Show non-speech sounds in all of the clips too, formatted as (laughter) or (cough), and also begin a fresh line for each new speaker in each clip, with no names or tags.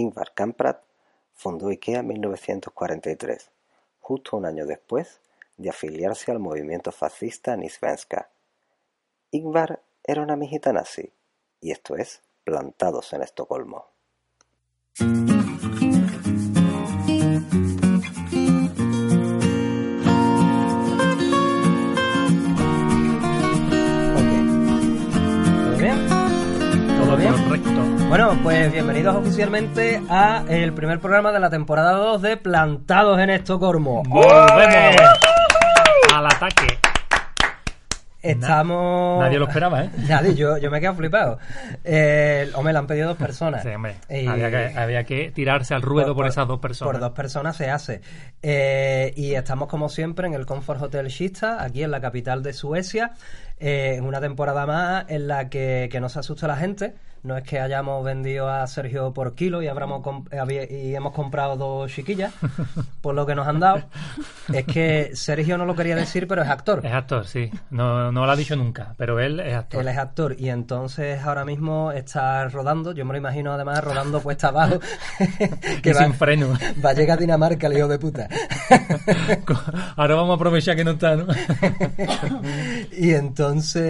Ingvar Kamprad fundó IKEA en 1943, justo un año después de afiliarse al movimiento fascista Nisvenska. Ingvar era una mijita nazi, y esto es Plantados en Estocolmo.
¿Todo bien? ¿Todo bien?
Correcto.
Bueno, pues bienvenidos oficialmente a el primer programa de la temporada 2 de Plantados en Estocolmo.
Volvemos al ataque.
Estamos...
Nadie lo esperaba, ¿eh?
(laughs) Nadie, yo, yo me quedo flipado. Eh, o me lo han pedido dos personas.
Sí, hombre.
Y-
Había, que, había que tirarse al ruedo por, esas dos personas.
Pues, Por dos personas se hace. Eh, y estamos como siempre en el Comfort Hotel Shista, aquí en la capital de Suecia, eh, en una temporada más en la que, que no se asusta la gente. No es que hayamos vendido a Sergio por kilo y, habramos comp- eh, habí- y hemos comprado dos chiquillas por lo que nos han dado. Es que Sergio no lo quería decir, pero es actor.
Es actor, sí. No, no lo ha dicho nunca, pero él es actor.
Él es actor y entonces ahora mismo está rodando, yo me lo imagino además rodando cuesta
(laughs)
abajo.
Y
que va,
sin freno.
va a llegar a Dinamarca, el hijo de
(laughs)
puta.
Ahora vamos a aprovechar que no está, (laughs) ¿no?
y entonces.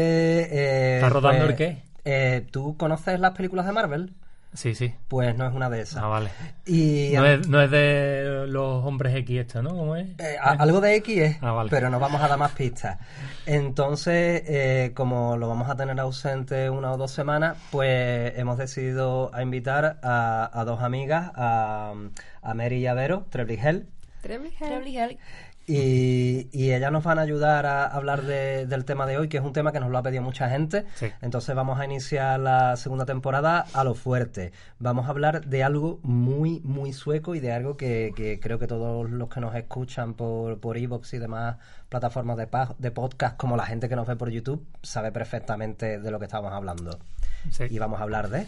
eh,
¿Está rodando el qué?
eh, ¿Tú conoces las películas de Marvel?
Sí, sí.
Pues no es una de esas.
Ah, vale.
Y
No es, no es de los hombres X esto, ¿no? ¿Cómo es?
eh, a- algo de X es,
Ah, vale.
pero no vamos a dar más pistas. Entonces, eh, como lo vamos a tener ausente una o dos semanas, pues hemos decidido a invitar a, a dos amigas, a, a Mary y a Vero, Trebligel, Y, y ellas nos van a ayudar a hablar de- del tema de hoy, que es un tema que nos lo ha pedido mucha gente.
Sí.
Entonces vamos a iniciar la segunda temporada a lo fuerte. Vamos a hablar de algo muy, muy sueco y de algo que, que creo que todos los que nos escuchan por, por Evox y demás plataformas de, pa- de podcast, como la gente que nos ve por YouTube, sabe perfectamente de lo que estamos hablando.
Sí.
Y vamos a hablar de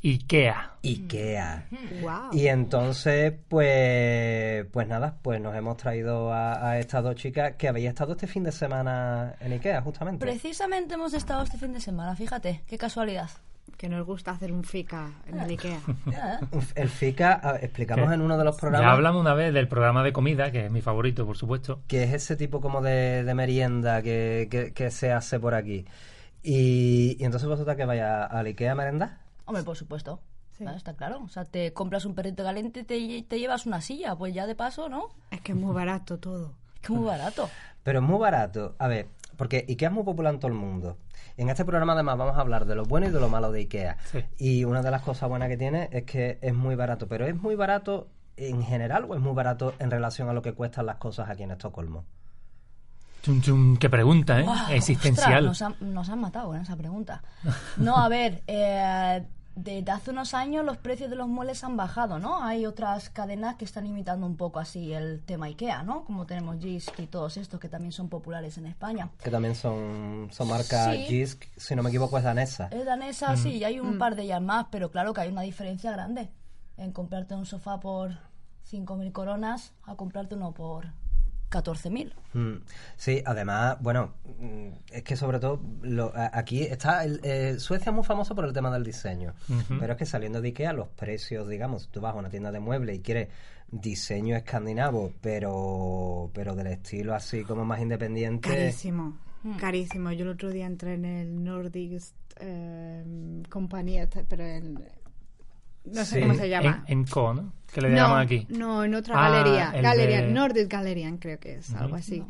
Ikea.
IKEA.
Wow.
Y entonces, pues, pues nada, pues nos hemos traído a, a estas dos chicas que habéis estado este fin de semana en Ikea, justamente.
Precisamente hemos estado este fin de semana, fíjate, qué casualidad.
Que nos gusta hacer un fica en
(laughs)
el Ikea.
Ah,
Uf, El FICA, a- explicamos
¿Qué?
en uno de los
Ya
programas
hablamos una vez del programa de comida, que es mi favorito, por supuesto.
que es ese tipo como de, de merienda que, que- que se hace por aquí. Y, y entonces vosotras que vaya al Ikea a merendar.
Hombre, por supuesto.
Sí.
Ah, Está claro. O sea, te compras un perrito caliente y te, lle- te llevas una silla. Pues ya de paso, ¿no?
Es que es muy barato todo.
Es que muy barato.
Pero es muy barato. A ver, porque Ikea es muy popular en todo el mundo. En este programa además vamos a hablar de lo bueno y de lo malo de Ikea.
Sí.
Y una de las cosas buenas que tiene es que es muy barato. Pero ¿es muy barato en general o es muy barato en relación a lo que cuestan las cosas aquí en Estocolmo?
Chum, chum, qué pregunta, ¿eh?
Guau,
Existencial.
ostras, nos, han, nos han matado con esa pregunta. No, a ver, (laughs) eh, desde hace unos años los precios de los muebles han bajado, ¿no? Hay otras cadenas que están imitando un poco así el tema IKEA, ¿no? Como tenemos Gisk y todos estos que también son populares en España.
Que también son, son marcas
Sí.
Gisk, si no me equivoco es danesa.
Es danesa, sí, y hay un par de ellas más, pero claro que hay una diferencia grande en comprarte un sofá por 5.000 coronas a comprarte uno por 14.000.
Mm, Sí, además, bueno, mm, es que sobre todo lo- a- aquí está. el- eh, Suecia es muy famoso por el tema del diseño, pero es que saliendo de Ikea, los precios, digamos, tú vas a una tienda de muebles y quieres diseño escandinavo, pero pero del estilo así como más independiente.
Carísimo. Carísimo. Yo el otro día entré en el Nordic eh, Compañía, esta- pero en. No sé
Sí.
cómo se llama.
En, en Co, ¿no? Que le
no,
llaman aquí.
no, en otra
Ah,
galería.
el
Galería,
de-
Nordic Galerian creo que es, algo así.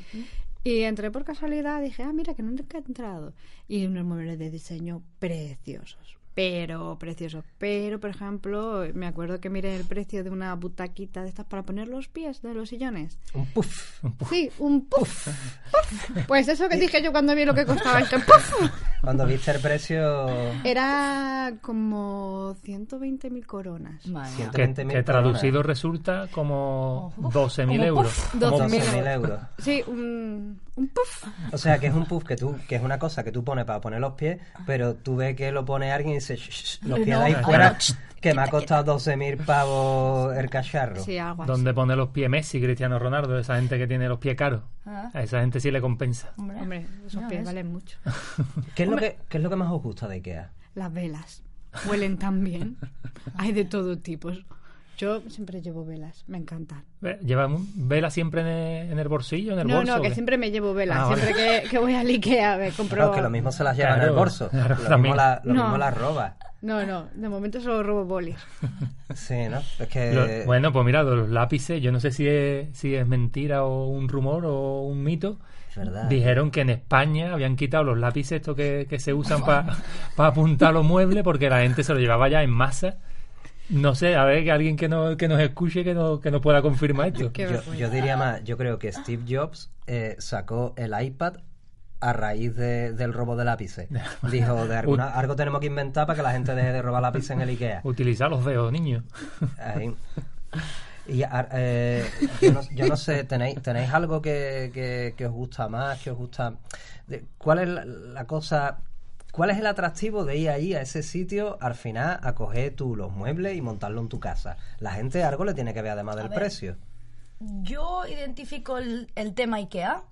Y entré por casualidad, dije, ah, mira, que nunca he entrado. Y unos muebles de diseño preciosos, Pero precioso. Pero, por ejemplo, me acuerdo que miré el precio de una butaquita de estas para poner los pies de los sillones.
Un puff, un puff.
Sí, un puff. puff. Pues eso que dije yo cuando vi lo que costaba este puff.
Cuando viste el precio,
Era como 120.000 coronas.
Madre mía.
Que,
120.000
que traducido resulta como
Uf,
12.000
como
euros.
puff,
Como
12.000
puff.
euros.
Sí, un, un puff.
O sea, que es un puff que tú, que es una cosa que tú pones para poner los pies, pero tú ves que lo pone alguien y dices, "Shh, shh, los pies de ahí
No,
fuera,
ahora, shh,
que me ha costado 12.000 pavos el cacharro.
Sí, algo así.
Donde pone los pies Messi, Cristiano Ronaldo, esa gente que tiene los pies caros.
Ah.
A esa gente sí le compensa.
Hombre,
Hombre, esos
no,
pies
es-
valen mucho.
¿Qué es, lo que, ¿Qué es lo que más os gusta de Ikea?
(laughs) Las (laughs) velas huelen tan bien. Hay de todo tipo. Yo siempre llevo velas, me encantan.
Ve- ¿Lleva un- vela siempre en el, en el bolsillo, en el
No,
bolso?
no,
o
que
qué?
siempre me llevo velas.
Ah, vale.
siempre que, que voy al Ikea me compro...
Claro, que lo mismo se las llevan en
Claro,
el bolso,
claro,
lo, mismo
también.
la, lo
No.
mismo las roba.
No, no, de momento solo robo bolis.
Sí, ¿no? Es que...
Lo- bueno, pues mira, los lápices, yo no sé si es, si es mentira o un rumor o un mito.
Es verdad.
Dijeron que en España habían quitado los lápices estos que, que
(laughs)
se usan para apuntar los muebles porque la gente se lo llevaba ya en masa. No sé, a ver, que alguien que, no, que nos escuche que, no, que nos pueda confirmar esto.
Qué
yo,
vergüenza.
yo diría más, yo creo que Steve Jobs eh, sacó el iPad a raíz de- del robo de
(laughs)
lápices. Dijo, de alguna, algo tenemos que inventar para que la gente deje de robar lápices en el Ikea.
Utilizar los dedos, niño.
Ahí. Y, ar- eh, yo, no, yo no sé, ¿tenéis, tenéis algo que, que- que os gusta más, que os gusta... de- ¿Cuál es la, la cosa... ¿Cuál es el atractivo de ir ahí a ese sitio al final a coger tú los muebles y montarlo en tu casa? La gente algo le tiene que ver además del
ver.
precio.
Yo identifico el, el tema IKEA.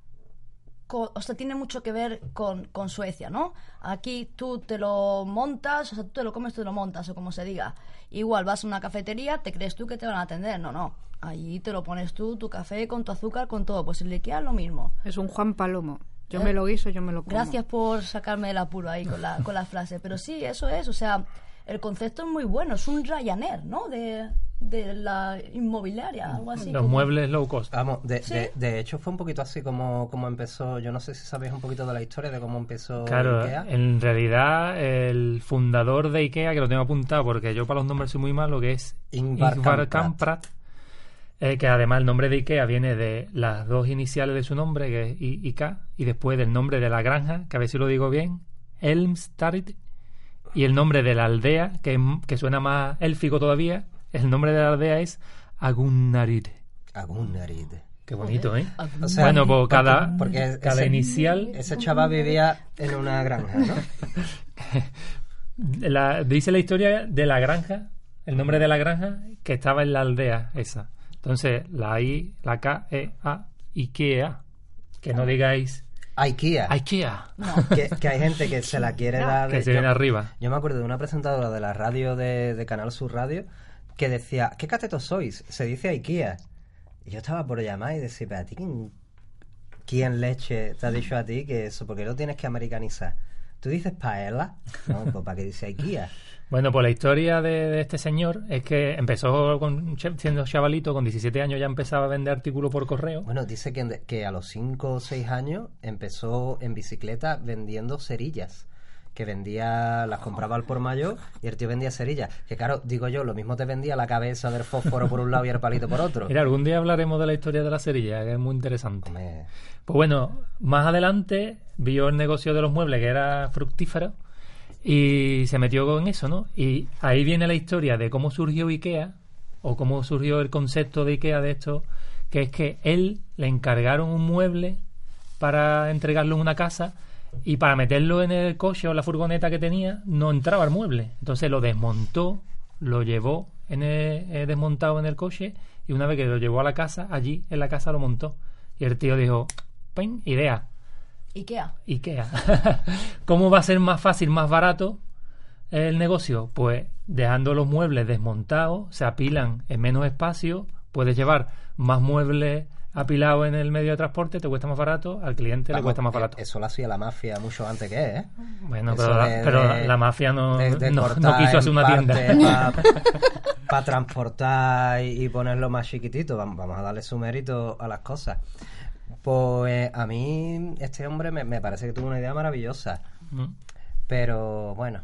co- o sea, tiene mucho que ver con, con Suecia, ¿no? Aquí tú te lo montas, o sea, tú te lo comes, tú te lo montas, o como se diga. Igual vas a una cafetería, te crees tú que te van a atender. No, no. Allí te lo pones tú, tu café, con tu azúcar, con todo. Pues el IKEA lo mismo.
Es un Juan Palomo. Yo
¿Eh?
me lo guiso, yo me lo como.
Gracias por sacarme del apuro ahí con
(laughs)
la, con la frase. Pero sí, eso es. O sea, el concepto es muy bueno. Es un Ryanair, ¿no? De, de la inmobiliaria, algo así.
Los
como-
muebles low cost.
Vamos, de,
Sí.
de- de hecho fue un poquito así como, como empezó, yo no sé si sabéis un poquito de la historia de cómo empezó Oh,
Claro,
IKEA.
en realidad el fundador de IKEA, que lo tengo apuntado porque yo para los nombres soy muy malo, que es
Ingvar
Ingvar
Kamprad.
Kamprad, eh, que además el nombre de IKEA viene de las dos iniciales de su nombre, que es I- IK, y después del nombre de la granja, que a ver si lo digo bien, Elmstad, y el nombre de la aldea, que, es m- que suena más élfico todavía, el nombre de la aldea es Agunnarid.
Agunnarid.
Qué bonito, ¿eh?
O sea,
bueno, pues
porque-
cada,
porque es-
cada
ese-
inicial...
Ese chaval vivía en una granja, ¿no?
La- dice la historia de la granja, el nombre de la granja, que estaba en la aldea esa. Entonces, la I, la K, E, A, IKEA. Que no digáis
IKEA.
IKEA,
que, que hay gente que se la quiere dar. de-
que se
yo,
viene arriba.
yo me acuerdo de una presentadora de la radio de, de Canal Sur Radio que decía, ¿qué catetos sois? Se dice IKEA. Y yo estaba por llamar y decía, ¿pero a ti quién, quién leche te ha dicho a ti que eso? Porque lo tienes que americanizar. ¿Tú dices paella? No, pues para qué dice IKEA.
Bueno, pues la historia de, de este señor es que empezó con, siendo chavalito, con 17 años ya empezaba a vender artículos por correo.
Bueno, dice que, en- que a los 5 o 6 años empezó en bicicleta vendiendo cerillas. Que vendía, las compraba al por mayor y el tío vendía cerillas. Que claro, digo yo, lo mismo te vendía la cabeza del fósforo por un lado y el palito por otro.
Mira, algún día hablaremos de la historia de la cerilla, que es muy interesante.
Hombre,
Pues bueno, más adelante vio el negocio de los muebles que era fructífero y se metió en eso, ¿no? Y ahí viene la historia de cómo surgió IKEA o cómo surgió el concepto de IKEA de esto, que es que él le encargaron un mueble para entregarlo en una casa y para meterlo en el coche o la furgoneta que tenía no entraba el mueble. Entonces lo desmontó, lo llevó en el- eh, desmontado en el coche y una vez que lo llevó a la casa, allí en la casa lo montó. Y el tío dijo, ¡ping! Idea,
IKEA.
IKEA. (laughs) ¿Cómo va a ser más fácil, más barato el negocio? Pues dejando los muebles desmontados, se apilan en menos espacio, puedes llevar más muebles apilados en el medio de transporte, te cuesta más barato, al cliente le
vamos,
cuesta
eh,
más barato.
Eso lo hacía la mafia mucho antes que él, ¿eh?
Bueno,
Eso
pero, la,
de-
pero
de-
la mafia no,
de- de
no- no
cortar
quiso hacer
en
una tienda.
parte Para transportar y, y ponerlo más chiquitito. Vam- Vamos a darle su mérito a las cosas. Pues a mí este hombre me, me parece que tuvo una idea maravillosa.
Mm.
Pero bueno,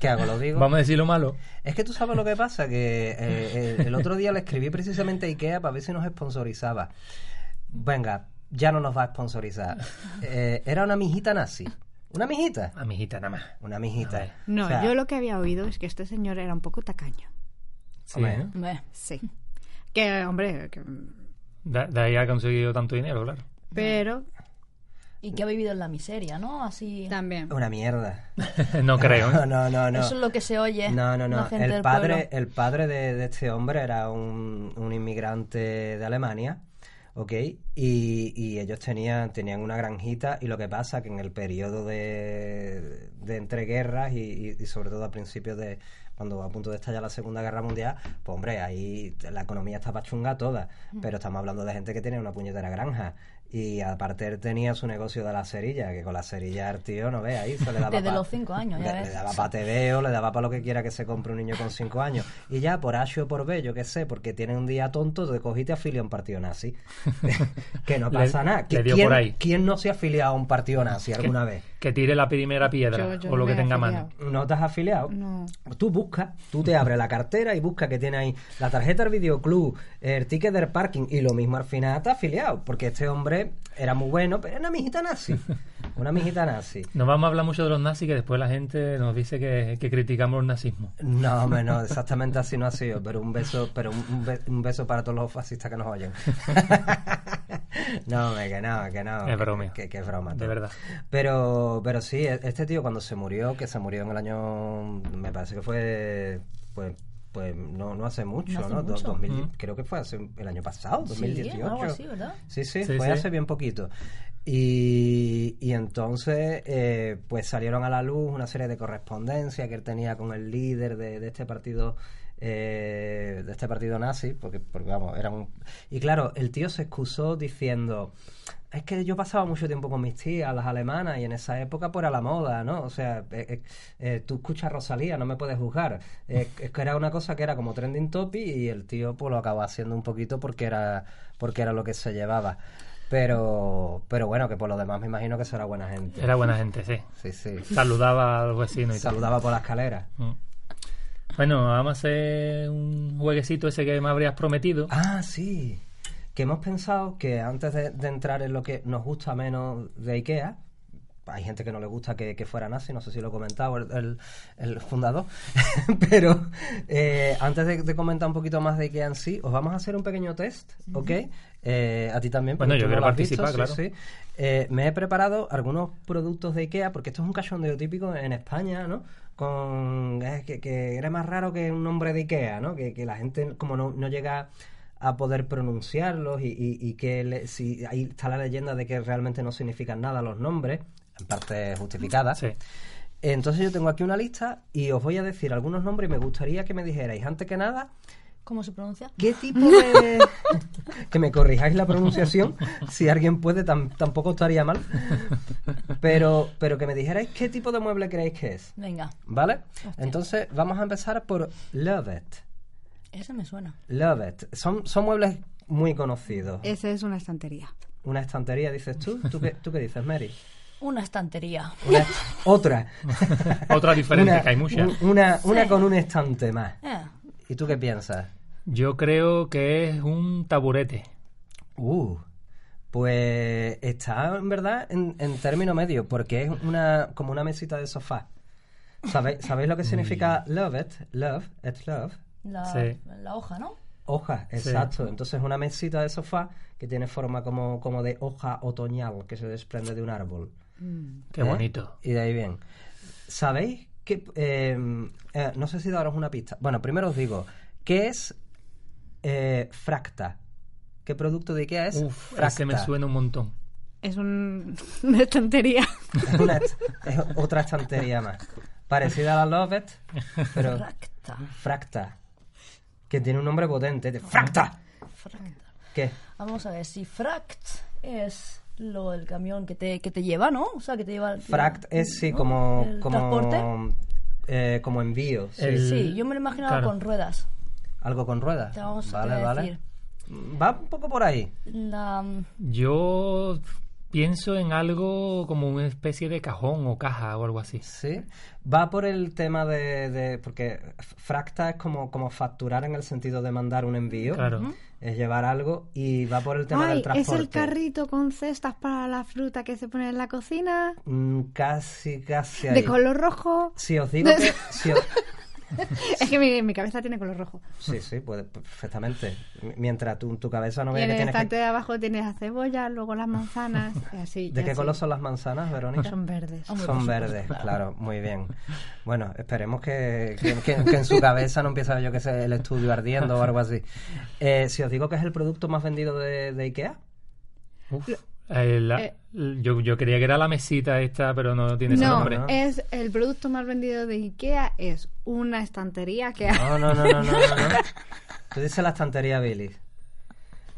¿Qué hago? ¿Lo digo?
(laughs) (laughs) Vamos a decir lo malo.
Es que tú sabes lo que pasa, que eh, el, el otro día le escribí precisamente a Ikea para ver si nos sponsorizaba. Venga, ya no nos va a sponsorizar. Eh, era una mijita nazi. ¿Una mijita?
Amiguita, nada más.
Una mijita.
No,
O sea,
yo lo que había oído es que este señor era un poco tacaño.
Sí, ¿eh?
Hombre.
¿no?
Bueno,
(laughs) Sí. Que, hombre, que-
De, de ahí ha conseguido tanto dinero, claro. (laughs)
pero
y que ha vivido en la miseria, ¿no? Así.
también.
Una mierda.
no creo,
(laughs) No,
¿eh?
no, no. no.
Eso es lo que se oye.
No, no,
La
no.
gente
El
del
padre,
pueblo.
el padre de, de este hombre era un, un inmigrante de Alemania, ¿ok? Y, y ellos tenían, tenían una granjita y lo que pasa que en el periodo de, de entreguerras y, y- y sobre todo a principios de cuando a punto de estallar la Segunda Guerra Mundial, pues hombre, ahí la economía estaba chunga toda,
Mm.
pero estamos hablando de gente que tenía una puñetera granja. Y aparte él tenía su negocio de la cerilla, que con la cerilla el tío, no ve, ahí se le daba
(laughs) Desde
pa-
los cinco años, ya
le,
ves.
le daba para TVO, le daba para lo que quiera que se compre un niño con 5 años. Y ya, por H o por B, yo qué sé, porque tiene un día tonto, te cogiste afilia a un partido nazi. (laughs) que no
Le-
pasa nada.
le
¿Qui-
dio
¿Quién,
por ahí.
quién no se ha afiliado a un partido nazi alguna vez?
Que tire la primera piedra
Yo- yo
o lo
no
que
me he
tenga a
afiliado.
mano.
¿No te has afiliado?
No.
Tú buscas, tú te abres la cartera y buscas que tiene ahí la tarjeta del videoclub, el ticket del parking y lo mismo al final te has afiliado, porque este hombre era muy bueno, pero era una mijita nazi. Una mijita nazi.
No vamos a hablar mucho de los nazis, que después la gente nos dice que, que criticamos el nazismo.
No, hombre, no, exactamente así no ha sido, pero un beso, pero un, un be- un beso para todos los fascistas que nos oyen. (laughs) no, hombre, que no, que no.
Es broma.
Que, que es broma.
De
todo.
verdad.
Pero, pero sí, e- este tío cuando se murió, que se murió en el año, me parece que fue, pues, pues no, no hace mucho,
No
¿no?
hace
Do-
mucho.
2000
Mm.
Creo que fue hace el año pasado,
Sí,
2018.
algo así, ¿verdad?
Sí, sí,
Sí,
fue
sí.
hace bien poquito. Y, y entonces, eh, pues salieron a la luz una serie de correspondencias que él tenía con el líder de, de este partido. eh, de este partido nazi, porque, porque vamos, era un. Y claro, el tío se excusó diciendo: Es que yo pasaba mucho tiempo con mis tías, las alemanas, y en esa época, pues era la moda, ¿no? O sea, eh, eh, eh, tú escuchas a Rosalía, no me puedes juzgar. Eh, es que era una cosa que era como trending topic y el tío, pues lo acabó haciendo un poquito porque era porque era lo que se llevaba. Pero, pero bueno, que por lo demás me imagino que será buena gente.
Era buena gente, sí.
Sí, sí.
Saludaba a los vecinos y todo.
Saludaba por la escalera.
Mm. Bueno, vamos a hacer un jueguecito ese que me habrías prometido.
Ah, sí. Que hemos pensado que antes de, de entrar en lo que nos gusta menos de IKEA, hay gente que no le gusta que, que fuera nazi, no sé si lo he comentado el, el- el fundador, (laughs) pero eh, antes de, de comentar un poquito más de IKEA en sí, os vamos a hacer un pequeño test, ¿ok? Eh, a ti también,
Bueno,
porque
yo
tú no
quiero
lo has visto,
participar,
sí, sí. Eh, me he preparado algunos productos de IKEA, porque esto es un cachondeo típico en España, ¿no? Con, eh, que, que era más raro que un nombre de IKEA, ¿no? Que, que la gente como no, no llega a poder pronunciarlos y, y- y que le- si, ahí está la leyenda de que realmente no significan nada los nombres, en parte justificada.
Sí.
Entonces yo tengo aquí una lista y os voy a decir algunos nombres y me gustaría que me dijerais, antes que nada,
¿Cómo se pronuncia?
¿Qué tipo de...? (laughs) que me corrijáis la pronunciación, si alguien puede, tam- tampoco estaría mal. Pero, pero que me dijerais qué tipo de mueble creéis que es,
Venga,
¿vale? Entonces vamos a empezar por Love It.
ese me suena.
Love It. Son, son muebles muy conocidos.
Esa es una estantería.
Una estantería, dices tú. ¿Tú qué, tú qué dices, Mary?
Una estantería.
Una- otra.
Otra diferente,
Una-
que hay muchas.
un- Una, una
Sí.
con un estante más.
Eh,
¿Y tú qué piensas?
Yo creo que es un taburete.
Uh, pues está en verdad en, en término medio, porque es una como una mesita de sofá. ¿Sabéis, ¿sabéis lo que significa love it? Love, it's love.
la,
Sí.
la hoja, ¿no?
Hoja, exacto. Entonces una mesita de sofá que tiene forma como, como de hoja otoñal que se desprende de un árbol.
Qué
¿Eh?
bonito.
Y de ahí bien. ¿Sabéis que... eh, eh, no sé si daros una pista. Bueno, primero os digo, ¿qué es eh, fracta? ¿Qué producto de IKEA es
Uf,
fracta?
ese me suena un montón.
Es un- (laughs) una estantería.
Es, una est- es otra estantería más. Parecida a la Love It, pero
Fracta.
Fracta. Que tiene un nombre potente. de- ¡Fracta!
Fracta.
¿Qué?
Vamos a ver, si fract es lo el camión que te, que te lleva, ¿no? O sea, que te lleva...
Fract es sí,
¿no?
como.
El transporte.
como eh, como envío. sí.
El-
Sí, yo me lo imaginaba
claro.
con ruedas.
Algo con ruedas.
Te vamos a
vale,
decir. mm,
vale. Va un poco por ahí.
La,
Yo pienso en algo como una especie de cajón o caja o algo así.
Sí, va por el tema de, de- porque fracta es como, como facturar en el sentido de mandar un envío,
Claro.
es llevar algo y va por el tema del
Ay, es
transporte.
el carrito con cestas para la fruta que se pone en la cocina,
Mm, Casi, casi. ahí.
de color rojo.
Si os digo que... si os-
Es que mi, mi cabeza tiene color rojo.
Sí, sí, puede, perfectamente. M- Mientras tú en tu cabeza no
y
vea
en
que
el
tienes
estante
que...
de abajo tienes la cebolla, luego las manzanas,
(laughs)
y así.
¿De
y
qué
así.
color son las manzanas, Verónica?
Son verdes.
Hombre, por
Son
supuesto,
verdes, claro, muy bien. Bueno, esperemos que, que- que- que en su cabeza no empiece, yo que sé, el estudio ardiendo o algo así. Eh, si os digo que es el producto más vendido de, de IKEA,
Uf, eh, la-
eh.
yo, yo creía que era la mesita esta, pero no tiene ese
No,
nombre.
¿no?
es el producto más vendido de Ikea es una estantería que (laughs) hay.
No, no, no, no, no, no. no. Tú dices la estantería Billy.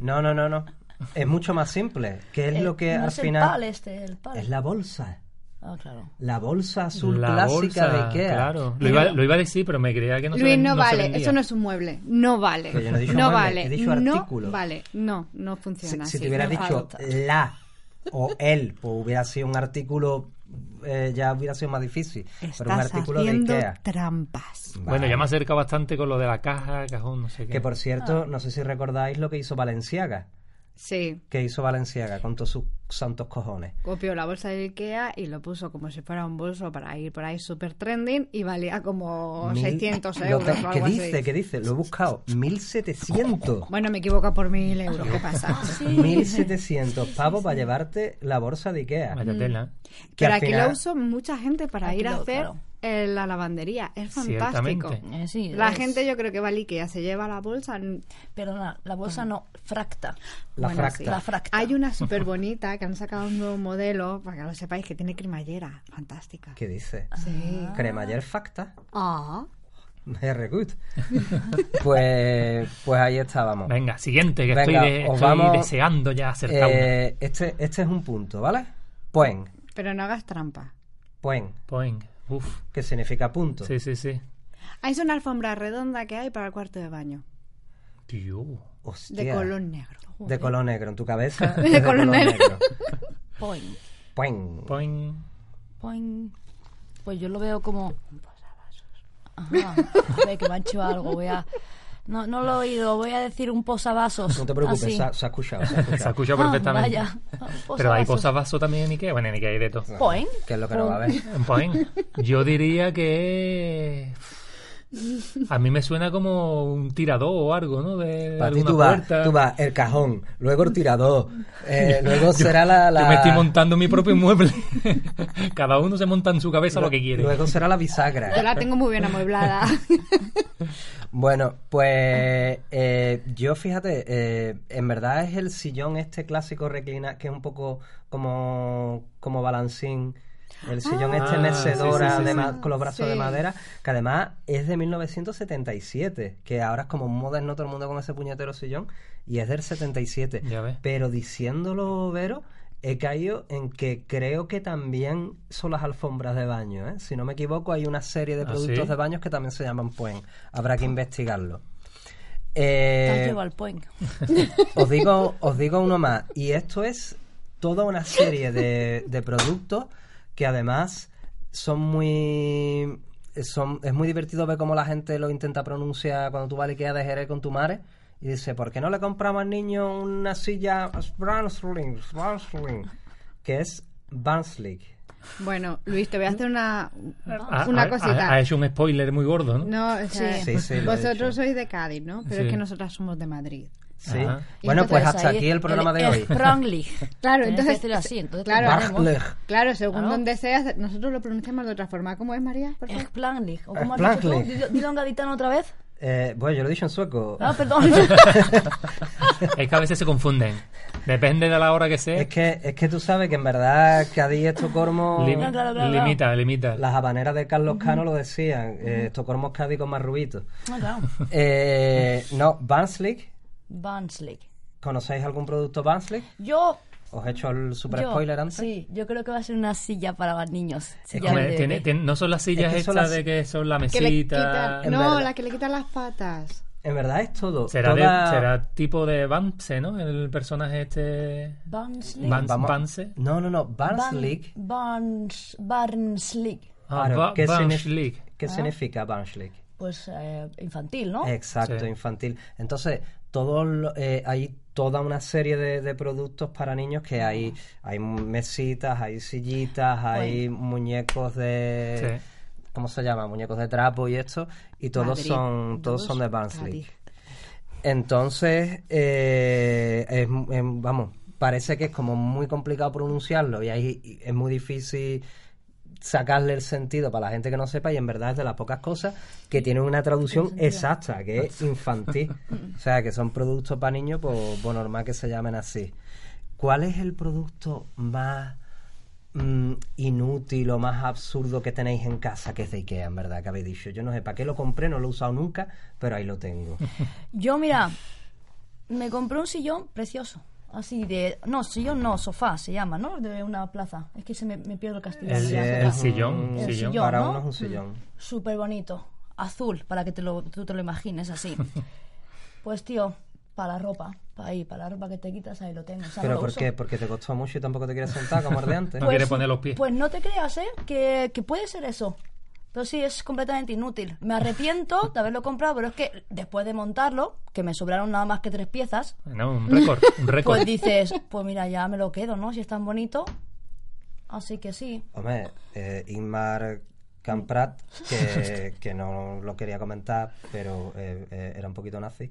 No, no, no, no. Es mucho más simple. ¿Qué es
Eh,
lo que
no
al
es
final
el pal este, el pal.
es la bolsa?
Ah, claro.
La bolsa azul
La
clásica
bolsa,
de Ikea.
Claro. Lo iba, lo iba a decir, pero me creía que no se
Luis,
ven-
no,
se
vale,
vendía.
eso no es un mueble, no vale.
Pero yo no he dicho
no
mueble,
vale,
he dicho
no
artículo.
vale, no, no
Si,
funciona.
si
así,
te hubiera
no
dicho
falta.
la o él, pues hubiera sido un artículo, eh, ya hubiera sido más difícil. pero un
Estás
artículo de
haciendo
Ikea. Mm.
trampas.
Bueno, ya me acerca bastante con lo de la caja, cajón, no sé qué.
Que
Ah.
por cierto, no sé si recordáis lo que hizo Valenciaga.
Sí,
Que hizo Valenciaga con todos sus santos cojones.
copió la bolsa de Ikea y lo puso como si fuera un bolso para ir por ahí super trending y valía como
Mil-
600
lo
Oh, euros
te-
o
¿Qué
algo
dice?
así.
¿Qué dice? Lo he buscado. 1700.
Bueno, me equivoco por mil euros, ¿qué
Ah,
pasa?
(laughs)
1700 pavos para llevarte la bolsa de Ikea.
Vaya
Mm.
tela. ¿eh?
Que
Pero
al
aquí
final-
lo uso mucha gente para
Aquí
ir a
lo-
hacer
claro.
eh, la lavandería. Es fantástico.
Ciertamente.
Eh, sí,
La
es-
gente yo creo que va al Ikea, se lleva la bolsa. n-
Perdona, la bolsa no, fracta.
La
bueno,
fracta.
sí.
La fracta.
(laughs)
Hay una súper bonita que han sacado un nuevo modelo, para que lo sepáis, que tiene cremallera. Fantástica.
¿Qué dice?
Sí.
Cremaller Facta. (laughs)
Ah.
Very good. Pues, pues ahí estábamos.
Venga, siguiente, que
Venga,
estoy, de-
os
estoy
vamos-
deseando ya acertar una.
Eh, este, este es un punto, ¿vale? Puen.
Pero no hagas trampa.
Puen.
Point. Uf,
Que significa punto.
sí, sí, sí.
Ah, Es una alfombra redonda que hay para el cuarto de baño.
Tío.
De
Hostia.
color negro.
De color negro en tu cabeza.
(laughs) De color negro.
Point.
Puen.
Point.
Point. Pues yo lo veo como. Ajá, a ver, que me ha hecho algo. Voy a. No, no lo he oído, voy a decir un posavasos.
No te preocupes,
así.
se ha, se ha escuchado. se ha
(laughs) Se ha
escuchado.
escuchado
Ah,
perfectamente.
vaya. Un
Pero hay
posavasos.
cosas vaso también en Ikea. Bueno, en Ikea hay de todo.
Point.
Que es lo que no va a ver.
Un Point. Yo diría que... A mí me suena como un tirador o algo, ¿no? De, de
Para ti
alguna
tú vas,
puerta.
tú vas el cajón, luego el tirador,
(laughs)
eh, luego será la... la-
Yo me estoy montando mi propio inmueble. (laughs) Cada uno se monta en su cabeza lo que quiere.
Luego será la bisagra.
Yo la tengo muy bien amueblada. (laughs)
Bueno, pues eh, yo fíjate, eh, en verdad es el sillón este clásico reclina que es un poco como, como balancín. El sillón este
Ah,
mecedora
sí, sí, sí,
de
sí.
ma- con los brazos de
Sí.
madera, que además es de 1977, que ahora es como moderno todo el mundo con ese puñetero sillón, y es del 77.
Ya ves.
Pero diciéndolo, Vero, he caído en que creo que también son las alfombras de baño. ¿eh? Si no me equivoco, hay una serie de
¿Ah,
productos
sí?
de baños que también se llaman Puen. Habrá que investigarlo.
Te has
Eh,
llevado al point.
os, digo, os digo uno más. Y esto es toda una serie de, de productos que además son muy... Son, es muy divertido ver cómo la gente lo intenta pronunciar cuando tú vas a Ikea de Jerez con tu madre y dice, ¿por qué no le compramos al niño una silla Brunsling, Brunsling? Que es Brunsling.
bueno, Luis, te voy a hacer una,
Ah, Ha-
una
ha-
cosita.
Ha, ha hecho un spoiler muy gordo, ¿no?
No, o sea,
Sí, sí, lo he
vosotros
hecho.
sois de Cádiz, ¿no? Pero
Sí.
es que nosotras somos de Madrid.
Sí.
Ajá.
Bueno, pues
Entonces,
hasta
ahí
aquí el programa de hoy.
Sprangli.
Claro,
Tienes
entonces-
que decirlo así, entonces
claro.
tendremos-
Brunsling.
Claro, según
Claro.
donde seas, nosotros lo pronunciamos de otra forma. ¿Cómo es, María? Por favor.
Sprangli. ¿O cómo has dicho tú?
Sprangli.
Dilo- Dilo en gaditano
(laughs)
otra vez.
Eh, bueno, yo lo he dicho en sueco.
Ah, perdón. (laughs) Ah,
Es que a veces se confunden. Depende de la hora que sea.
Es que, es que tú sabes que en verdad Cádiz y Estocolmo,
Lim-
No, claro, claro,
limita, limita.
las habaneras de Carlos Cano lo decían, eh, Estocolmo es Cádiz con más
(laughs)
rubito.
Ah, claro.
Eh, no, Vanslick,
Banslick.
¿conocéis algún producto Vanslick?
Yo.
¿Os he hecho el super
yo-
spoiler antes?
Sí, yo creo que va a ser una silla para los niños.
Es
Silla
como-
de
tiene-
bebé.
tiene- no son las sillas
Es que son
estas
las-
de que son la
Que le
mesita.
quitan-
en
no,
verdad.
la que le quitan las patas.
En verdad es todo.
Será, de-
Toda-
será tipo de Bamse, ¿no? El personaje este.
Barnsley.
Bans-
Vamos-
Banse.
No, no, no.
Barn-
Barnslick.
Barns- Barnsley.
Ah,
Claro,
Ba-
¿qué, este? signif-
Banshlick.
qué
Ah.
significa Barnslick?
Pues eh, infantil, ¿no?
Exacto,
Sí.
infantil. Entonces, todo lo- eh, hay toda una serie de, de productos para niños que hay, hay mesitas, hay sillitas, hay muñecos de... ¿Cómo se llama? Muñecos de trapo y esto. Y todos
Madrid,
son todos son de
Cádiz.
Barnslick. Entonces, eh, es- es- vamos, parece que es como muy complicado pronunciarlo y ahí y es muy difícil sacarle el sentido para la gente que no sepa y en verdad es de las pocas cosas que tienen una traducción exacta, que es infantil. o sea, que son productos para niños, pues, pues normal que se llamen así. ¿Cuál es el producto más mm, inútil o más absurdo que tenéis en casa que es de Ikea, en verdad, que habéis dicho? Yo no sé para qué lo compré, no lo he usado nunca, pero ahí lo tengo.
Yo, mira, me compré un sillón precioso. Así de. No, sillón no, sofá se llama, ¿no? De una plaza. Es que se me, me pierdo
(laughs)
el castillo.
El-
Sí,
el
es
sillón,
un-
el sillón.
sillón,
Para
¿no? Mm.
uno es un sillón.
Súper bonito. Azul, para que te lo, tú te lo
(laughs)
imagines así. pues, tío, para la ropa. Para ahí, para la ropa que te quitas, ahí lo tengo. O sea, no
¿Pero
lo
por
uso.
qué? Porque te costó mucho y tampoco te quieres sentar como el de antes.
No quiere poner los pies.
Pues no te creas, ¿eh? Que, que puede ser eso. Pero sí, es completamente inútil. Me arrepiento de haberlo comprado, pero es que después de montarlo, que me sobraron nada más que tres piezas,
No, un récord.
(laughs)
Un récord. (laughs)
pues dices, pues mira, ya me lo quedo, ¿no? Si es tan bonito. Así que sí.
Hombre, eh, Inmar Camprat,
(laughs)
que, que no lo quería comentar, pero eh, eh, era un poquito nazi,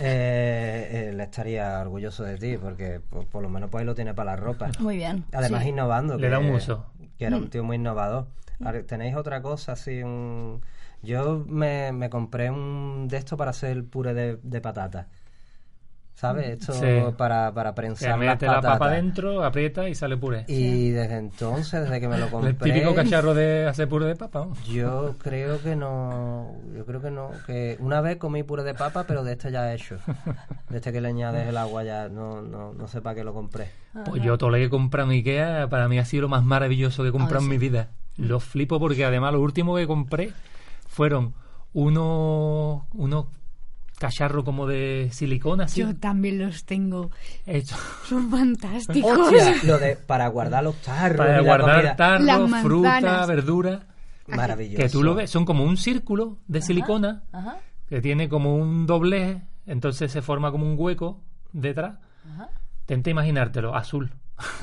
eh, eh, le estaría orgulloso de ti, porque por, por lo menos pues ahí lo tiene para la ropa.
Muy bien.
Además,
sí.
innovando.
Le
que-
da un uso. Mm.
Que era un tío muy innovador. Ahora, ¿Tenéis otra cosa? Así, un... Yo me, me compré un de esto para hacer puré de, de patata. ¿Sabes? Esto
Mm. Sí.
para, para
Se
prensar las
mete la papa
patatas.
dentro, aprieta y sale puré.
Y desde entonces, desde que me lo
El
compré,
típico cacharro de hacer puré de papa. ¿no?
yo creo que no, yo creo que no, que una vez comí puré de papa, pero de este ya hecho, de este que le añades el agua ya, no, no, no sé para qué lo compré.
Pues yo todo lo que he comprado en Ikea para mí ha sido lo más maravilloso que he
Ah,
comprado en mi vida. Lo flipo porque además lo último que compré fueron unos, unos cacharros como de silicona. así,
Yo también los tengo.
hecho-
Son fantásticos.
Hostia, lo de para guardar los tarros, y
para
la
guardar
comida.
Las
tarros,
manzanas.
fruta, verdura.
maravilloso.
Que tú lo ves, son como un círculo de silicona
Ajá.
que tiene como un doblez, entonces se forma como un hueco detrás. Tenta imaginártelo, azul.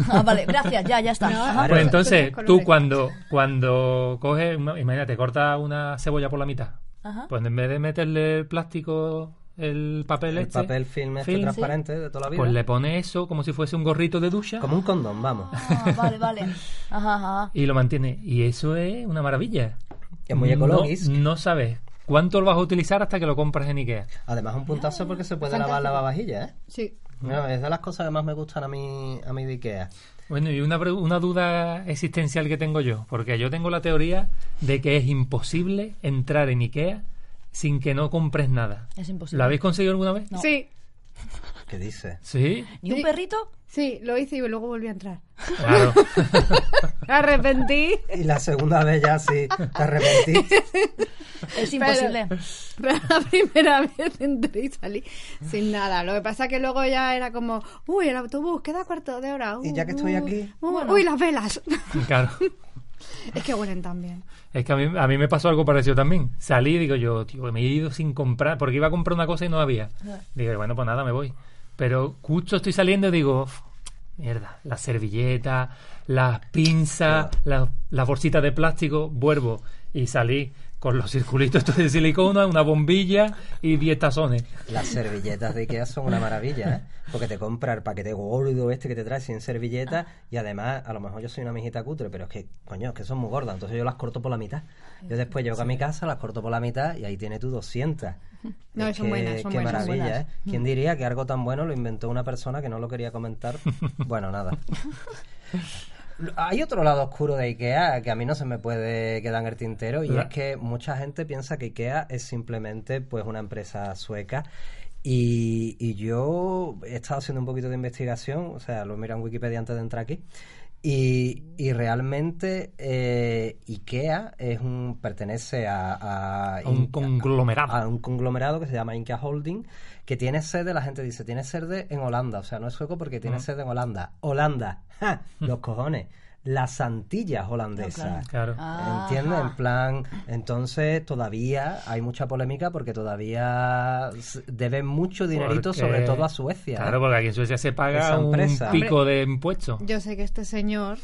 Ah, vale, gracias, ya,
(laughs)
ya está. Ajá.
Pues
Claro.
entonces,
Con los
tú
colores.
cuando, cuando coges, una- imagínate, cortas una cebolla por la mitad.
Ah.
Ajá.
Pues en vez de meterle el plástico, el papel
el
este,
papel film este
film,
transparente de toda la vida,
pues le pones eso como si fuese un gorrito de ducha
como un condón,
(laughs)
vamos.
Ah, vale, vale. Ajá, ajá.
y lo mantiene. Y eso es una maravilla.
Es muy
No-
ecologis.
No, sabes cuánto lo vas a utilizar hasta que lo compras en Ikea.
Además un puntazo porque se puede lavar la vajilla, ¿eh?
Sí.
Mm.
No, es de las cosas que más me gustan a mí, a mí de Ikea.
Bueno, y una, pre- una duda existencial que tengo yo, porque yo tengo la teoría de que es imposible entrar en Ikea sin que no compres nada.
Es imposible.
¿Lo habéis conseguido alguna vez?
No.
Sí,
¿Qué dices?
Sí,
¿Ni un perrito?
sí, lo hice y luego volví a entrar.
claro. (laughs)
Me arrepentí.
Y la segunda vez ya sí, te arrepentiste.
Es imposible.
Pero (laughs) la primera vez entré y salí sin nada. Lo que pasa que luego ya era como, uy, el autobús, queda cuarto de hora.
Y
uh,
ya que estoy
uh,
aquí.
uh, Uy,
(laughs)
las velas.
Claro.
es que huelen tan bien.
Es que a mí, a mí me pasó algo parecido también. Salí y digo yo, tío, me he ido sin comprar, porque iba a comprar una cosa y no había. Digo, bueno, pues nada, me voy. Pero justo estoy saliendo y digo, mierda, las servilletas, las pinzas, las, las bolsitas de plástico, vuelvo. Y salí con los circulitos estos de silicona, una bombilla y 10 tazones.
Las servilletas de Ikea son una maravilla, ¿eh? Porque te compra el paquete gordo este que te trae sin servilletas y además, a lo mejor yo soy una mijita cutre, pero es que, coño, es que son muy gordas, entonces yo las corto por la mitad. Yo después llego a mi casa, las corto por la mitad y ahí tiene tú 200.
(laughs) No,
Es
son buenas, son
qué
buenas, son
maravilla,
buenas.
¿eh? ¿Quién diría que algo tan bueno lo inventó una persona que no lo quería
(laughs)
comentar? Bueno, nada. Hay otro lado oscuro de IKEA que a mí no se me puede quedar en el tintero y
La-
es que mucha gente piensa que IKEA es simplemente pues una empresa sueca y, y yo he estado haciendo un poquito de investigación, o sea, lo miro en Wikipedia antes de entrar aquí Y, y realmente eh, IKEA es un, pertenece a, a,
A un
Inca-
conglomerado.
a un conglomerado que se llama Inca Holding, que tiene sede, la gente dice, tiene sede en Holanda, o sea, no es sueco porque tiene
Ujú.
sede en Holanda. Holanda, ¡ja! los cojones, las Antillas holandesas.
Claro.
¿Entiendes?
Ajá.
En plan, entonces todavía hay mucha polémica porque todavía s- deben mucho dinerito,
Porque-
sobre todo a Suecia. ¿eh?
Claro, porque aquí en Suecia se
Esa
paga un
empresa.
pico de impuestos.
Yo sé que este señor,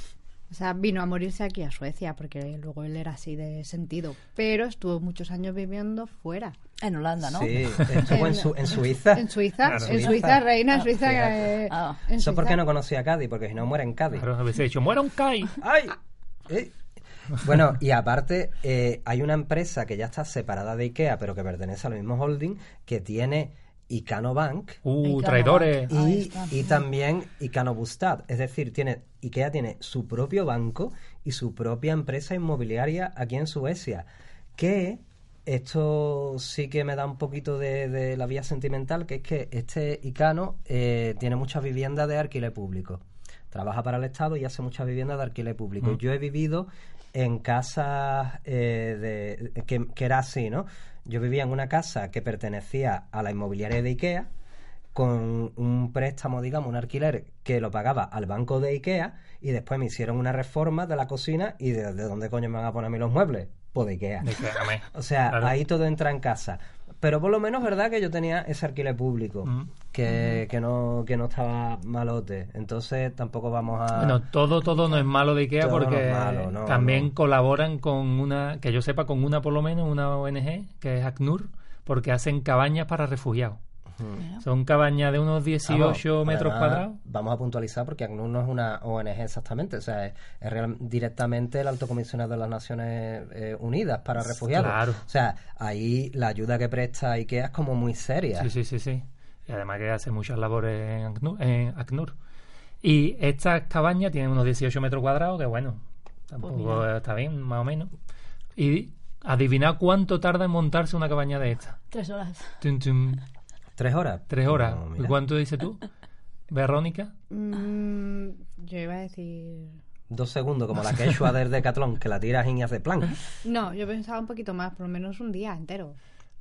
o sea, vino a morirse aquí a Suecia, porque luego él era así de sentido, pero estuvo muchos años viviendo fuera.
En Holanda, ¿no?
(laughs)
Sí, estuvo en, Su- en Suiza. (laughs)
En Suiza,
Claro.
en
Ah, Suiza.
Suiza, reina
Ah,
Suiza.
fíjate.
eh,
Ah.
en
Eso porque
Suiza.
no conocía a Cádiz, porque si no muere en Cádiz.
Claro, a veces he dicho, muera un Kai.
¡Ay! Eh. Bueno, y aparte, eh, hay una empresa que ya está separada de IKEA, pero que pertenece al mismo holding, que tiene Icano Bank
Uh,
Ay,
traidores.
claro. Ahí
y,
está.
y también Icano Bustad. Es decir, tiene, IKEA tiene su propio banco y su propia empresa inmobiliaria aquí en Suecia. Que esto sí que me da un poquito de, de la vía sentimental, que es que este Icano eh, tiene muchas viviendas de alquiler público trabaja para el Estado y hace muchas viviendas de alquiler público.
Mm.
Yo he vivido en casas eh, de, que, que era así, ¿no? Yo vivía en una casa que pertenecía a la inmobiliaria de IKEA con un préstamo, digamos, un alquiler que lo pagaba al banco de IKEA y después me hicieron una reforma de la cocina y de, ¿de dónde coño me van a poner a mí los muebles? Pues de IKEA.
De que, amén.
O sea,
Claro.
ahí todo entra en casa. Pero por lo menos, ¿verdad? Que yo tenía ese alquiler público,
Mm.
que, que, no, que no estaba malote. Entonces tampoco vamos a...
Bueno, todo, todo no es malo de IKEA
Todo no es
porque
malo, no,
también
no.
colaboran con una, que yo sepa, con una por lo menos, una ONG, que es ACNUR, porque hacen cabañas para refugiados. Son cabañas de unos 18
Vamos,
metros
además,
cuadrados.
Vamos a puntualizar porque ACNUR no es una ONG exactamente, o sea, es, es real- directamente el alto comisionado de las Naciones eh, Unidas para refugiados.
Claro.
O sea, ahí la ayuda que presta IKEA es como muy seria.
Sí, sí, sí, sí. Y además que hace muchas labores en ACNUR. en ACNUR. Y estas cabañas tienen unos 18 metros cuadrados, que bueno, tampoco
Pues
está bien, más o menos. Y adivina cuánto tarda en montarse una cabaña de estas.
Tres horas.
Tum, tum.
Tres horas.
Tres horas.
No,
¿Y
mira,
cuánto dices tú? Verónica.
Mm, yo iba a decir.
Dos segundos, como la quechua del Decathlon, que la tiras y hace
(laughs)
plan.
No, yo pensaba un poquito más, por lo menos un día entero.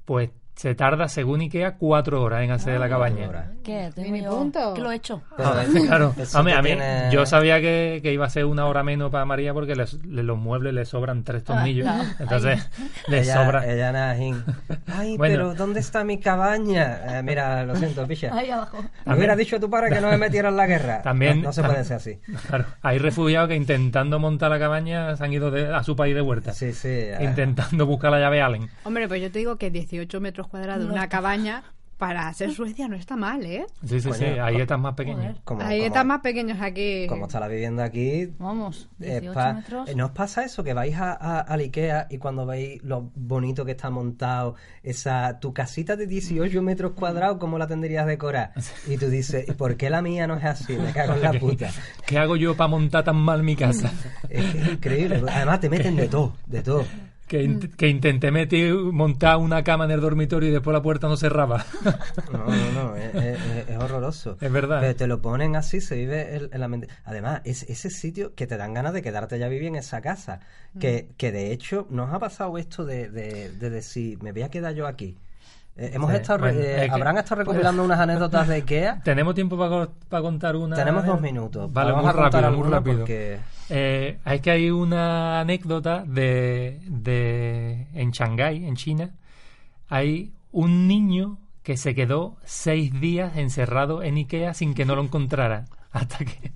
Pues se tarda, según Ikea, cuatro horas en hacer la cabaña.
Tres horas.
¿Qué? Tengo
Mini
yo-
punto.
¿Qué lo he hecho?
Pero es-
Claro,
eso
a mí,
que
a mí-
tiene-
yo sabía que, que iba a ser una hora menos para María porque les- le- los muebles le sobran tres tornillos.
claro.
Entonces, le
ella,
sobra.
Ella nada,
(laughs)
jin. Ay,
Bueno.
pero ¿dónde está mi cabaña? Eh, mira, lo siento,
(laughs)
picha.
(laughs) Ahí abajo.
Me hubiera dicho a tu padre que no me metiera en la guerra.
También-
No, no se puede ser así.
Claro, hay refugiados que intentando montar la cabaña se han ido de- a su país de vuelta.
Sí, sí. ah,
Intentando buscar la llave Allen.
Hombre, pues yo te digo que 18 metros cuadrados de una cabaña para ser Suecia no está mal, ¿eh?
Sí, sí, sí.
Coño,
Ahí
co-
estás más pequeño.
Joder.
como-
Hay
como-
están más pequeños aquí.
Como está la vivienda aquí,
Vamos,
Eh,
18
pa-
metros.
eh, ¿No os pasa eso? Que vais a, a- al Ikea y cuando veis lo bonito que está montado, esa tu casita de 18 metros cuadrados, ¿cómo la tendrías decorada? Y tú dices, ¿y por qué la mía no es así? Me cago
(laughs)
en la puta.
¿Qué hago yo para montar tan mal mi casa?
Es, que es increíble. Además te meten de todo, de todo.
Que, int- que intenté meter, montar una cama en el dormitorio y después la puerta no cerraba.
No, no, no, es, es- es horroroso.
Es verdad.
Pero te lo ponen así, se vive el- en la mente. Además, es ese sitio que te dan ganas de quedarte ya vivir en esa casa. Que, que de hecho, nos ha pasado esto de, de, de decir, me voy a quedar yo aquí. Eh, (laughs) hemos
Sí,
estado, re-
bueno,
eh,
es que-
habrán estado recopilando unas anécdotas de Ikea.
¿Tenemos tiempo para, contar una?
Tenemos dos minutos.
Vale,
Vamos
muy
a contar
rápido, muy
alguna
rápido.
porque-
Eh, es que hay una anécdota de, de- en Shanghái, en China, hay un niño que se quedó seis días encerrado en Ikea sin que no lo encontrara. (laughs) Hasta que,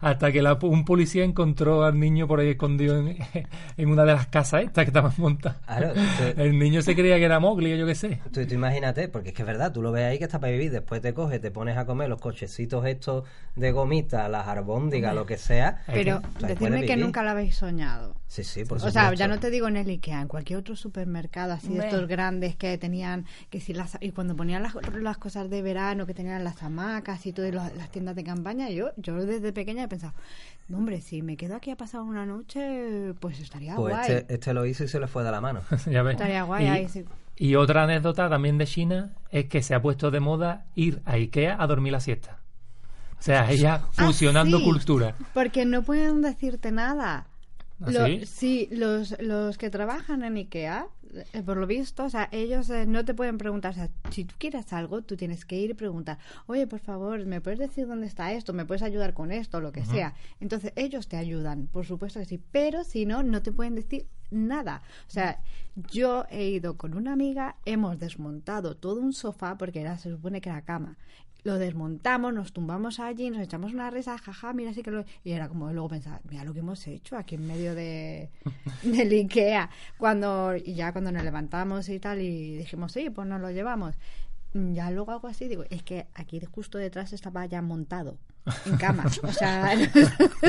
hasta que la- un policía encontró al niño por ahí escondido en, (laughs) en una de las casas estas que estaban montadas.
Claro, te-
El niño se creía que era Mowgli, o yo qué sé.
Tú, tú imagínate, porque es que es verdad, tú lo ves ahí que está para vivir, después te coges, te pones a comer los cochecitos estos de gomita, las arbóndigas, lo que sea.
Pero
O sea, puedes
decirme que
vivir.
nunca la habéis soñado.
Sí, sí, por
O sea,
supuesto.
ya no te digo en el Ikea, en cualquier otro supermercado así de
Hombre.
estos grandes que tenían, que si las, y cuando ponían las, las cosas de verano, que tenían las hamacas y todas las, las tiendas de campaña, yo yo desde pequeña he pensado, "No, hombre, si me quedo aquí a pasar una noche, pues estaría
Pues
guay.
este, este lo hizo y se le fue de la mano.
(laughs) Ya ves.
Estaría guay
Y-
ahí, sí.
Y otra anécdota también de China es que se ha puesto de moda ir a Ikea a dormir la siesta. O sea, ella fusionando
Ah, sí.
cultura.
Porque no pueden decirte nada.
¿Ah,
Lo-
sí?
los, los que trabajan en IKEA, eh, por lo visto, o sea, ellos eh, no te pueden preguntar. O sea, si tú quieres algo, tú tienes que ir y preguntar, oye, por favor, ¿me puedes decir dónde está esto? ¿Me puedes ayudar con esto? Lo que sea. Entonces, ellos te ayudan, por supuesto que sí. Pero si no, no te pueden decir nada. O sea, yo he ido con una amiga, hemos desmontado todo un sofá, porque era, se supone que era cama lo desmontamos, nos tumbamos allí, nos echamos una risa, jaja, mira, así que lo... Y era como, luego pensaba, mira lo que hemos hecho aquí en medio
(laughs)
de, del Ikea. Cuando, y ya cuando nos levantamos y tal, y dijimos, sí, pues nos lo llevamos. Ya luego hago así, digo, es que aquí de- justo detrás estaba ya montado,
(laughs)
en cama. O sea, (laughs)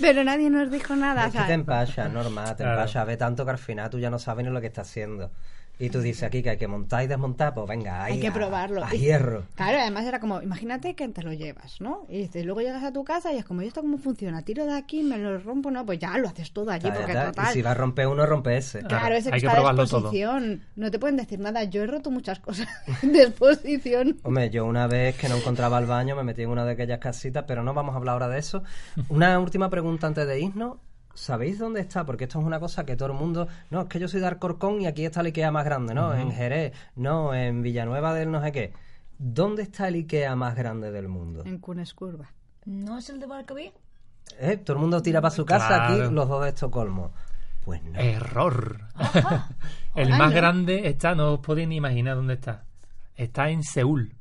pero nadie nos dijo nada. o
Es que
sea,
te empachas, Norma, te
Claro.
empachas. Ve tanto que al final tú ya no sabes ni lo que estás haciendo. Y tú dices aquí que hay que montar y desmontar, pues venga, ahí
Hay que
a-
probarlo.
A hierro.
Claro, además era como, imagínate que te lo llevas, ¿no? Y dices, luego llegas a tu casa y es como, ¿y esto cómo funciona? Tiro de aquí, me lo rompo, no, pues ya lo haces todo allí,
Ta, ta,
porque
ta.
total.
Y si va a romper uno, rompe ese.
Claro, ese
hay que
está a
probarlo todo.
disposición. No te pueden decir nada. Yo he roto muchas cosas (laughs) de exposición.
Hombre, yo una vez que no encontraba el baño me metí en una de aquellas casitas, pero no vamos a hablar ahora de eso. Una última pregunta antes de irnos. ¿Sabéis dónde está? Porque esto es una cosa que todo el mundo... No, es que yo soy de Alcorcón y aquí está el IKEA más grande, ¿no? En Jerez, no, en Villanueva del no sé qué. ¿Dónde está el IKEA más grande del mundo?
En Cunes Curva.
¿No es el de Barcaví?
¿Eh? Todo el mundo tira para su casa
Claro.
aquí, los dos de Estocolmo. Pues no.
Error.
Ajá.
(laughs) El
Ah,
más
no.
grande está, no os podéis ni imaginar dónde está. Está en Seúl,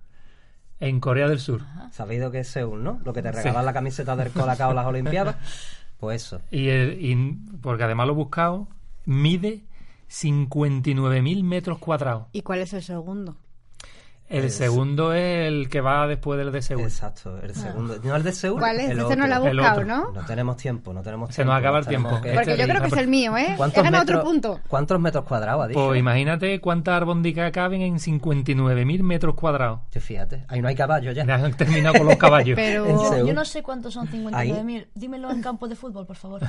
en Corea del Sur.
Ah.
¿Sabéis lo que es Seúl, no? Lo que te regalan la camiseta del Colacao en las
(laughs)
Olimpiadas. Pues eso.
Y, el- y- porque además lo he buscado, mide 59.000 metros cuadrados.
¿Y cuál es el segundo?
El segundo es el que va después del de Seúl.
Exacto, el segundo. No, el de Seúl.
Ah. ¿Cuál es?
el
Ese no
otro.
lo ha
El
buscado,
otro.
¿no?
No tenemos tiempo, no tenemos tiempo.
Se nos acaba el
tenemos
tiempo.
que-
Este
Porque yo
de-
creo que es el mío, ¿eh? He
¿Cuántos
ganado otro
metros,
punto.
¿Cuántos metros cuadrados ha dicho?
Pues imagínate cuántas albóndigas caben en 59.000 metros cuadrados.
Tú Fíjate, ahí no hay caballo ya.
Ya han terminado con
(laughs)
los caballos.
En
Pero
serio.
Yo,
Seúl.
yo no sé cuántos son 59.000. Dímelo en campo de fútbol, por favor.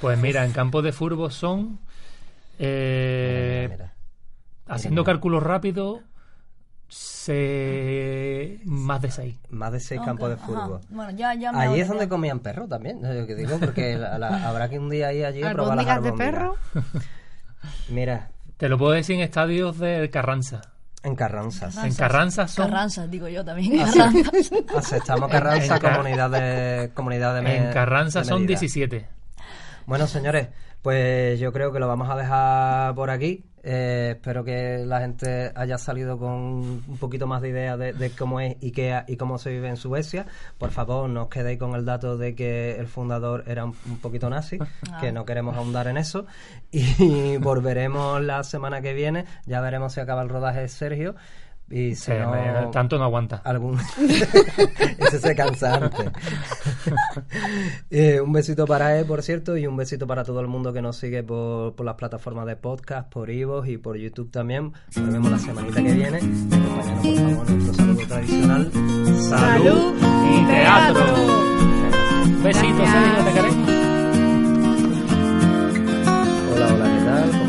Pues mira, en campos de furbo son, eh,
Mira, mira.
haciendo cálculos rápidos, se... más de 6.
Más de
Ah,
seis
Aunque-
campos de
ajá.
fútbol.
Bueno, ya, ya me hago
Ahí
la
es donde
idea.
comían perro también, ¿no? yo que digo, porque la- la- habrá que un día ir allí a probar las
albóndigas de
albóndigas.
perro.
Mira,
Te lo puedo decir en estadios del Carranza.
en
(laughs)
Carranzas.
En Carranza son...
Carranza, digo yo también. Carranza.
Aceptamos Carranza,
En Car-
comunidad de, comunidad de
En
me-
Carranza
de
son
medida.
17.
Bueno, señores, pues yo creo que lo vamos a dejar por aquí. Eh, espero que la gente haya salido con un poquito más de idea de, de cómo es IKEA y cómo se vive en Suecia. Por favor, no os quedéis con el dato de que el fundador era un, un poquito nazi, que no queremos ahondar en eso. Y volveremos la semana que viene. Ya veremos si acaba el rodaje de Sergio. Y si
Se-
no-
eh, Tanto no aguanta.
algún ese se cansa antes. Eh, un besito para él por cierto y un besito para todo el mundo que nos sigue por, por las plataformas de podcast por Ivos y por YouTube también nos vemos la semanita que viene acompañanos por favor nuestro saludo tradicional
Salud y teatro. Besitos,
Gracias.
Sergio, te queremos.
hola hola qué tal ¿Cómo